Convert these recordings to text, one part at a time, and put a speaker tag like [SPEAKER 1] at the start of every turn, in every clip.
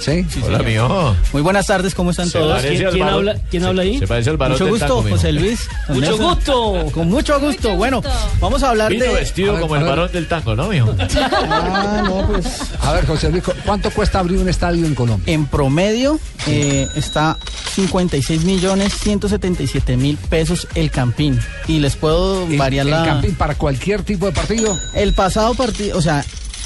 [SPEAKER 1] Sí.
[SPEAKER 2] Hola,
[SPEAKER 1] señor.
[SPEAKER 2] mío.
[SPEAKER 1] Muy buenas tardes, ¿cómo están todos?
[SPEAKER 2] parece
[SPEAKER 3] ¿Quién,
[SPEAKER 2] al
[SPEAKER 3] quién
[SPEAKER 2] varón-
[SPEAKER 3] habla, quién
[SPEAKER 2] se-
[SPEAKER 3] habla ahí?
[SPEAKER 2] Se parece al varón
[SPEAKER 1] Mucho
[SPEAKER 2] del
[SPEAKER 1] gusto,
[SPEAKER 2] tango, mi
[SPEAKER 1] José
[SPEAKER 2] amor.
[SPEAKER 1] Luis. don
[SPEAKER 3] Mucho
[SPEAKER 1] Nelson.
[SPEAKER 3] gusto.
[SPEAKER 1] Con mucho gusto. bueno, vamos a hablar
[SPEAKER 2] Vino
[SPEAKER 1] de.
[SPEAKER 2] vestido
[SPEAKER 4] A ver,
[SPEAKER 2] como
[SPEAKER 4] a
[SPEAKER 2] el
[SPEAKER 4] ver.
[SPEAKER 2] varón del tango, ¿no, mijo?
[SPEAKER 1] Ah, no, pues.
[SPEAKER 4] A ver, José Luis, ¿cuánto cuesta abrir un estadio en Colombia?
[SPEAKER 1] En promedio eh, está 56 millones 177 mil pesos el Campín. Y les puedo variar
[SPEAKER 4] el,
[SPEAKER 1] la.
[SPEAKER 4] el camping para cualquier tipo de partido.
[SPEAKER 1] El pasado partido, o sea,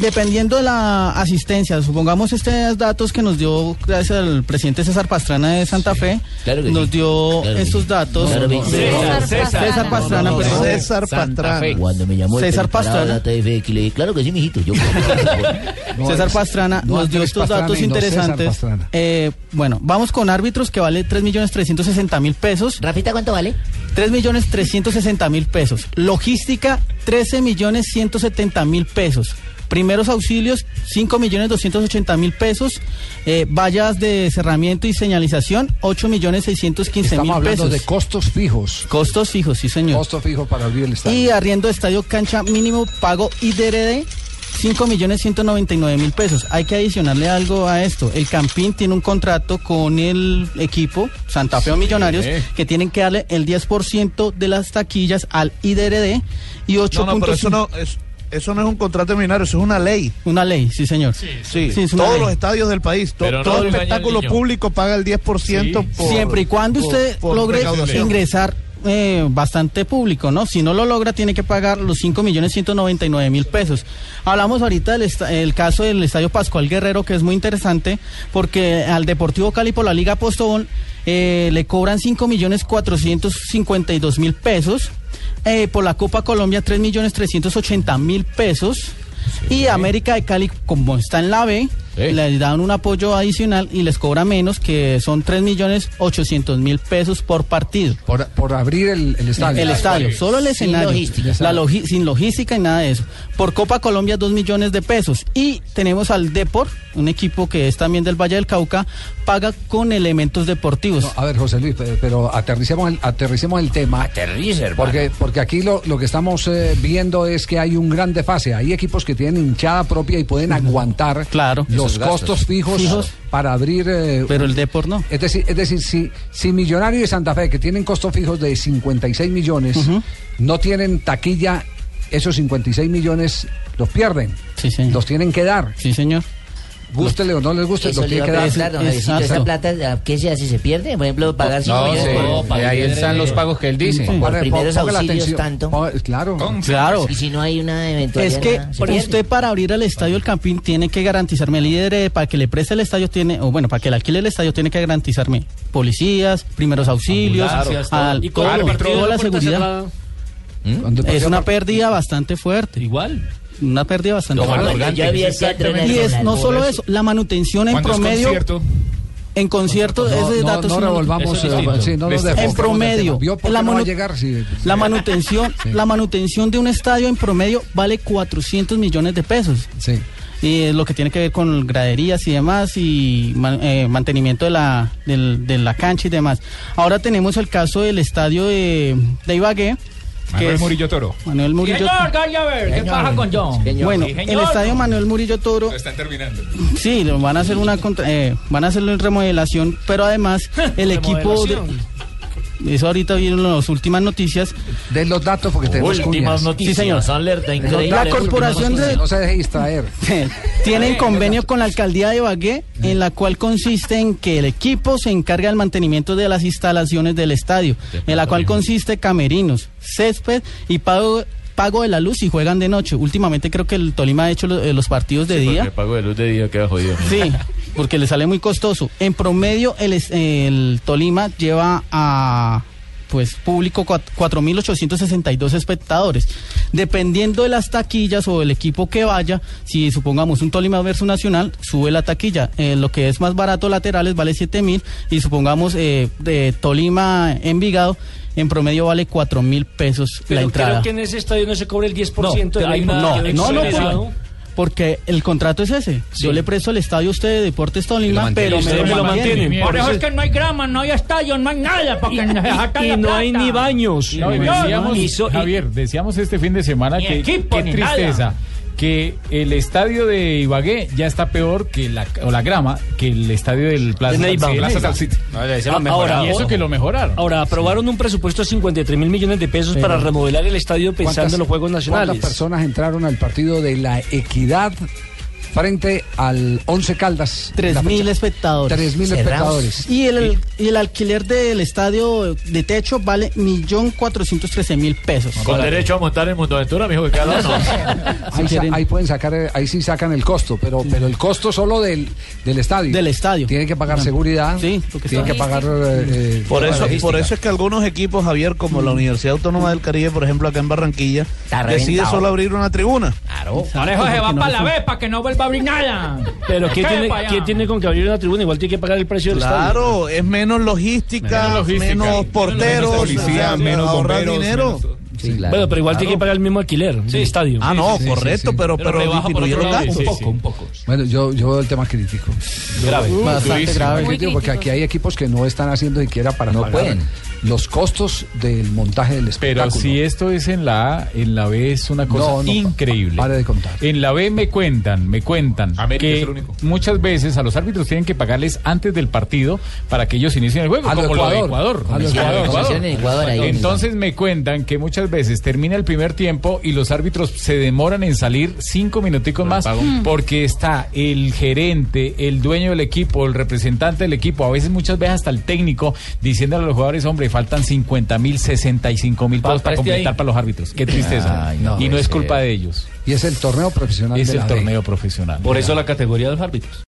[SPEAKER 1] dependiendo de la asistencia, supongamos estos datos que nos dio gracias al presidente César Pastrana de Santa Fe,
[SPEAKER 5] claro que
[SPEAKER 1] nos
[SPEAKER 5] sí.
[SPEAKER 1] dio
[SPEAKER 5] Claro que
[SPEAKER 1] estos
[SPEAKER 5] sí.
[SPEAKER 1] datos.
[SPEAKER 5] Claro que sí.
[SPEAKER 1] de-
[SPEAKER 3] César, César.
[SPEAKER 1] César Pastrana,
[SPEAKER 5] No, no, no,
[SPEAKER 1] perdón.
[SPEAKER 5] no.
[SPEAKER 6] César
[SPEAKER 2] Santa
[SPEAKER 6] Pastrana.
[SPEAKER 2] Fe.
[SPEAKER 5] Ah, Cuando me llamó
[SPEAKER 1] César
[SPEAKER 5] el preparado de
[SPEAKER 1] Pastrana.
[SPEAKER 5] la TFX, le dije, claro que sí, mijito. Yo
[SPEAKER 4] No,
[SPEAKER 1] César
[SPEAKER 4] es-
[SPEAKER 1] Pastrana
[SPEAKER 4] no
[SPEAKER 1] nos dio
[SPEAKER 4] Andrés
[SPEAKER 1] estos
[SPEAKER 4] Pastrana
[SPEAKER 1] datos
[SPEAKER 4] y no César
[SPEAKER 1] interesantes.
[SPEAKER 4] Pastrana.
[SPEAKER 1] Eh, bueno, vamos con árbitros que vale 3.360.000 pesos.
[SPEAKER 5] Rafita, ¿cuánto vale?
[SPEAKER 1] 3.360.000 pesos. Logística 13.170.000 pesos. Primeros auxilios 5.280.000 pesos. Eh, vallas de cerramiento y señalización 8.615.000
[SPEAKER 4] Estamos hablando
[SPEAKER 1] pesos.
[SPEAKER 4] de costos fijos.
[SPEAKER 1] Costos fijos, sí señor.
[SPEAKER 4] Costos fijos para abrir el estadio.
[SPEAKER 1] Y arriendo de estadio cancha mínimo pago IDRD 5.199.000 pesos. Hay que adicionarle algo a esto. El Campín tiene un contrato con el equipo Santa Fe o Millonarios que tienen que darle el 10% de las taquillas al IDRD y 8.
[SPEAKER 6] No, no, pero eso no, es, eso no es un contrato millonario, eso es una ley.
[SPEAKER 1] Una ley, sí señor.
[SPEAKER 6] Sí,
[SPEAKER 1] Sí, es una
[SPEAKER 6] todos
[SPEAKER 1] ley.
[SPEAKER 6] los estadios del país, to-
[SPEAKER 2] Pero no
[SPEAKER 6] todo
[SPEAKER 2] engaña al
[SPEAKER 6] espectáculo
[SPEAKER 2] niño.
[SPEAKER 6] público paga el 10% por-
[SPEAKER 1] Siempre y cuando
[SPEAKER 6] por-
[SPEAKER 1] usted
[SPEAKER 6] por
[SPEAKER 1] logre
[SPEAKER 6] recaudación.
[SPEAKER 1] ingresar eh, bastante público, ¿no? Si no lo logra, tiene que pagar los 5.199.000 pesos. Hablamos ahorita del esta- el caso del Estadio Pascual Guerrero, que es muy interesante, porque al Deportivo Cali por la Liga Postobón eh, le cobran 5.452.000 pesos. eh, por la Copa Colombia, 3.380.000 pesos. Y América de Cali, como está en la B,
[SPEAKER 2] Sí.
[SPEAKER 1] le les dan un apoyo adicional y les cobra menos, que son 3.800.000 mil pesos por partido.
[SPEAKER 4] Por, por abrir el, el estadio.
[SPEAKER 1] El estadio, solo el
[SPEAKER 5] Sin
[SPEAKER 1] escenario,
[SPEAKER 5] logística.
[SPEAKER 1] la logi- sin logística y nada de eso. Por Copa Colombia, 2 millones de pesos. Y tenemos al Depor, un equipo que es también del Valle del Cauca, paga con elementos deportivos.
[SPEAKER 4] No, ah, a ver, José Luis, pe- pero aterricemos el, aterricemos el tema.
[SPEAKER 5] Aterriza, hermano.
[SPEAKER 4] Porque, porque aquí lo, lo que estamos eh, viendo es que hay un gran desfase. Hay equipos que tienen hinchada propia y pueden aguantar
[SPEAKER 1] Claro.
[SPEAKER 4] los
[SPEAKER 5] Esos gastos.
[SPEAKER 4] costos fijos,
[SPEAKER 1] Fijos.
[SPEAKER 4] para abrir. eh,
[SPEAKER 1] Pero el Depor no.
[SPEAKER 4] Es decir, es decir si, si Millonario y Santa Fe, que tienen costos fijos de 56 millones, no tienen taquilla, esos 56 millones los pierden.
[SPEAKER 1] Sí, señor.
[SPEAKER 4] Los tienen que dar.
[SPEAKER 1] Sí, señor.
[SPEAKER 4] Gústele o no les guste,
[SPEAKER 5] Eso
[SPEAKER 4] los
[SPEAKER 5] le
[SPEAKER 4] tienen
[SPEAKER 5] iba
[SPEAKER 4] que
[SPEAKER 5] a
[SPEAKER 4] dar.
[SPEAKER 5] preguntar, don
[SPEAKER 1] es- exacto.
[SPEAKER 5] Javiercito, ¿Esa plata, la- qué se hace? ¿Se pierde? Por ejemplo, pagar 5
[SPEAKER 7] No,
[SPEAKER 5] millones
[SPEAKER 7] sí,
[SPEAKER 5] por-
[SPEAKER 7] de ahí están los pagos que él dice.
[SPEAKER 1] Sí.
[SPEAKER 5] Por
[SPEAKER 4] Ponga-
[SPEAKER 5] primeros
[SPEAKER 4] ponga la
[SPEAKER 5] auxilios
[SPEAKER 4] atención.
[SPEAKER 5] tanto.
[SPEAKER 4] Ponga- claro.
[SPEAKER 1] Claro.
[SPEAKER 5] Y si no hay una
[SPEAKER 1] Es
[SPEAKER 5] eventualidad.
[SPEAKER 1] que
[SPEAKER 5] nada, se pierde.
[SPEAKER 1] usted para abrir el estadio El Campín tiene que garantizarme el líder eh, para que le preste el estadio tiene o bueno, para que le alquile el estadio tiene que garantizarme policías, primeros auxilios,
[SPEAKER 2] Ambulancias, todo.
[SPEAKER 1] al-
[SPEAKER 3] Y con
[SPEAKER 1] todo,
[SPEAKER 3] el partido
[SPEAKER 1] toda
[SPEAKER 3] de
[SPEAKER 1] la
[SPEAKER 3] puerta
[SPEAKER 1] seguridad.
[SPEAKER 3] cerrada,
[SPEAKER 4] Cuando-
[SPEAKER 1] Es una pérdida bastante fuerte,
[SPEAKER 3] Igual.
[SPEAKER 1] una pérdida bastante
[SPEAKER 2] Como el
[SPEAKER 1] fuerte.
[SPEAKER 2] Morgante,
[SPEAKER 5] Yo había
[SPEAKER 2] dice
[SPEAKER 5] teatro en el
[SPEAKER 1] Y es no
[SPEAKER 5] Nacional.
[SPEAKER 1] solo eso, la manutención en
[SPEAKER 7] ¿Cuándo es
[SPEAKER 1] promedio
[SPEAKER 7] concierto?
[SPEAKER 1] en conciertos,
[SPEAKER 4] No,
[SPEAKER 1] ese
[SPEAKER 4] no,
[SPEAKER 1] dato
[SPEAKER 4] no
[SPEAKER 1] sí lo-
[SPEAKER 4] revolvamos,
[SPEAKER 3] Eso es
[SPEAKER 4] eh,
[SPEAKER 3] distinto.
[SPEAKER 4] sí, no nos desfoquemos
[SPEAKER 7] Listo.
[SPEAKER 1] en
[SPEAKER 4] del tema.
[SPEAKER 1] promedio,
[SPEAKER 4] ¿Vio por
[SPEAKER 1] la,
[SPEAKER 4] qué no va a
[SPEAKER 1] manu-
[SPEAKER 4] llegar? Sí.
[SPEAKER 1] la manutención, la manutención de un estadio en promedio vale 400 millones de pesos.
[SPEAKER 4] Sí.
[SPEAKER 1] y es lo que tiene que ver con graderías y demás y man- eh, mantenimiento de la, del- de la cancha y demás. Ahora tenemos el caso del estadio de, de Ibagué.
[SPEAKER 7] Manuel Murillo Toro.
[SPEAKER 1] Manuel Murillo.
[SPEAKER 3] ¿qué pasa con John?
[SPEAKER 1] Bueno, el estadio Manuel Murillo Toro,
[SPEAKER 7] Lo están terminando.
[SPEAKER 1] sí, lo van a hacer una contra- eh, van a hacerlo en remodelación, pero además el equipo de, eso ahorita vieron las últimas noticias.
[SPEAKER 4] De los datos porque tenemos
[SPEAKER 2] Últimas
[SPEAKER 4] cuñas.
[SPEAKER 2] noticias.
[SPEAKER 1] Sí, señor.
[SPEAKER 2] Alerta increíble.
[SPEAKER 1] La corporación de,
[SPEAKER 4] No se deje distraer.
[SPEAKER 1] Tienen convenio con la alcaldía de Bagué, en la cual consiste en que el equipo se encarga del mantenimiento de las instalaciones del estadio, en la cual consiste camerinos, césped y pago pago de la luz y juegan de noche. Últimamente creo que el Tolima ha hecho lo- eh, los partidos de
[SPEAKER 2] Porque
[SPEAKER 1] día.
[SPEAKER 2] el pago de luz de día queda jodido.
[SPEAKER 1] Sí, porque le sale muy costoso. En promedio, el, es- el Tolima lleva a pues público cuat- 4.862 espectadores. Dependiendo de las taquillas o del equipo que vaya, si supongamos un Tolima versus Nacional, sube la taquilla. Eh, lo que es más barato laterales vale 7.000 y supongamos eh, de Tolima Envigado, en promedio vale 4.000 pesos la
[SPEAKER 8] Pero
[SPEAKER 1] entrada.
[SPEAKER 8] creo que en ese estadio no se cobra el 10%
[SPEAKER 1] No,
[SPEAKER 8] de la
[SPEAKER 1] hay una-
[SPEAKER 8] hipoteca
[SPEAKER 1] no,
[SPEAKER 8] del
[SPEAKER 1] no, no,
[SPEAKER 8] exonerado.
[SPEAKER 1] porque- porque el contrato es ese. Yo le presto el estadio a usted de Deportes Tolima, pero me
[SPEAKER 8] ustedes
[SPEAKER 1] lo
[SPEAKER 8] me lo
[SPEAKER 1] mantienen.
[SPEAKER 8] mantienen.
[SPEAKER 3] Por
[SPEAKER 8] Por
[SPEAKER 3] eso
[SPEAKER 8] eso-
[SPEAKER 3] es que no hay grama, no hay estadio, no hay nada, porque nos sacan
[SPEAKER 8] Y
[SPEAKER 3] la
[SPEAKER 8] no hay
[SPEAKER 3] plata.
[SPEAKER 8] ni baños.
[SPEAKER 7] No, y
[SPEAKER 8] No, no,
[SPEAKER 7] decíamos,
[SPEAKER 8] ni so- y-
[SPEAKER 7] Javier, decíamos este fin de semana
[SPEAKER 3] Ni
[SPEAKER 7] que
[SPEAKER 3] equipo,
[SPEAKER 7] qué
[SPEAKER 3] ni
[SPEAKER 7] tristeza
[SPEAKER 3] nada.
[SPEAKER 7] que el estadio de Ibagué ya está peor que la o la grama que el estadio del Plaza
[SPEAKER 8] De Neiva.
[SPEAKER 7] Plaza
[SPEAKER 8] Neiva.
[SPEAKER 7] Salsita.
[SPEAKER 8] Ah, ahora,
[SPEAKER 7] y eso que lo mejoraron.
[SPEAKER 8] Ahora, aprobaron un presupuesto de 53 mil millones de pesos para remodelar el estadio pensando en los Juegos Nacionales.
[SPEAKER 4] ¿Cuántas personas entraron al partido de la Equidad frente al Once Caldas? La
[SPEAKER 1] 3.000
[SPEAKER 4] fecha.
[SPEAKER 1] espectadores.
[SPEAKER 4] 3.000
[SPEAKER 5] Cerrados.
[SPEAKER 4] espectadores.
[SPEAKER 1] Y el, y el alquiler del estadio de techo vale 1.413.000 pesos.
[SPEAKER 2] Con derecho a montar en Montaventura, mijo, que cada uno.
[SPEAKER 4] Ahí, sa-
[SPEAKER 1] quieren.
[SPEAKER 4] ahí pueden sacar, eh, ahí sí sacan el costo, pero, pero el costo solo del, del estadio.
[SPEAKER 1] Del estadio.
[SPEAKER 4] Tienen que pagar
[SPEAKER 1] Ah.
[SPEAKER 4] seguridad.
[SPEAKER 1] Sí, lo que
[SPEAKER 4] tienen
[SPEAKER 1] está-
[SPEAKER 4] que pagar. eh, eh,
[SPEAKER 6] Por
[SPEAKER 4] toda la
[SPEAKER 6] eso,
[SPEAKER 4] logística.
[SPEAKER 6] por eso es que algunos equipos, Javier, como la Universidad Autónoma del Caribe, por ejemplo, acá en Barranquilla,
[SPEAKER 5] Está
[SPEAKER 6] decide
[SPEAKER 5] reventado.
[SPEAKER 6] solo abrir una tribuna.
[SPEAKER 5] Claro.
[SPEAKER 3] Ahora eso se va para la B, para que no vuelva a abrir nada.
[SPEAKER 8] Pero ¿quién
[SPEAKER 3] ¿Qué
[SPEAKER 8] tiene,
[SPEAKER 3] pa' allá?
[SPEAKER 8] ¿quién tiene con que abrir una tribuna? Igual tiene que pagar el precio del estadio.
[SPEAKER 6] Claro, es menos logística, menos,
[SPEAKER 7] Menos logística.
[SPEAKER 6] porteros,
[SPEAKER 7] Menos policía,
[SPEAKER 6] o sea,
[SPEAKER 7] menos
[SPEAKER 6] ahorrar
[SPEAKER 7] bomberos,
[SPEAKER 6] dinero.
[SPEAKER 7] menos-
[SPEAKER 5] Sí, claro.
[SPEAKER 8] Bueno, pero igual tiene que pagar el mismo alquiler del estadio.
[SPEAKER 6] Ah, no, correcto, pero, pero, disminuye los gastos.
[SPEAKER 7] sí, sí.
[SPEAKER 8] un poco.
[SPEAKER 4] Bueno, yo, yo veo el tema crítico.
[SPEAKER 8] Grave.
[SPEAKER 1] Bastante grave.
[SPEAKER 4] Porque, digo, porque aquí hay equipos que no están haciendo siquiera para no
[SPEAKER 5] pueden.
[SPEAKER 4] los costos del montaje del espectáculo.
[SPEAKER 7] Pero si esto es en la A, en la B es una cosa
[SPEAKER 4] No, no,
[SPEAKER 7] increíble.
[SPEAKER 4] pare de contar.
[SPEAKER 7] En la B me cuentan, me cuentan
[SPEAKER 2] América
[SPEAKER 7] que
[SPEAKER 2] es el único.
[SPEAKER 7] muchas veces a los árbitros tienen que pagarles antes del partido para que ellos inicien el juego,
[SPEAKER 4] A lo
[SPEAKER 7] como lo de
[SPEAKER 4] Ecuador.
[SPEAKER 7] Ecuador.
[SPEAKER 4] A lo
[SPEAKER 7] Como
[SPEAKER 4] Ecuador.
[SPEAKER 7] Ecuador.
[SPEAKER 5] Como hicieron en Ecuador ahí mismo.
[SPEAKER 7] Entonces me cuentan que muchas veces termina el primer tiempo y los árbitros se demoran en salir cinco minuticos más porque está el gerente, el dueño del equipo, el representante del equipo, a veces muchas veces hasta el técnico diciéndole a los jugadores, hombre, faltan 50 mil, 65 mil pesos para
[SPEAKER 8] preste ahí.
[SPEAKER 7] completar para los árbitros. Qué tristeza.
[SPEAKER 5] Ay, no
[SPEAKER 7] y no
[SPEAKER 5] puede
[SPEAKER 7] es culpa
[SPEAKER 5] ser.
[SPEAKER 7] de ellos,
[SPEAKER 4] Y es el torneo profesional.
[SPEAKER 7] es
[SPEAKER 4] de
[SPEAKER 7] el
[SPEAKER 4] la B.
[SPEAKER 7] torneo profesional.
[SPEAKER 8] Por eso la categoría de los árbitros.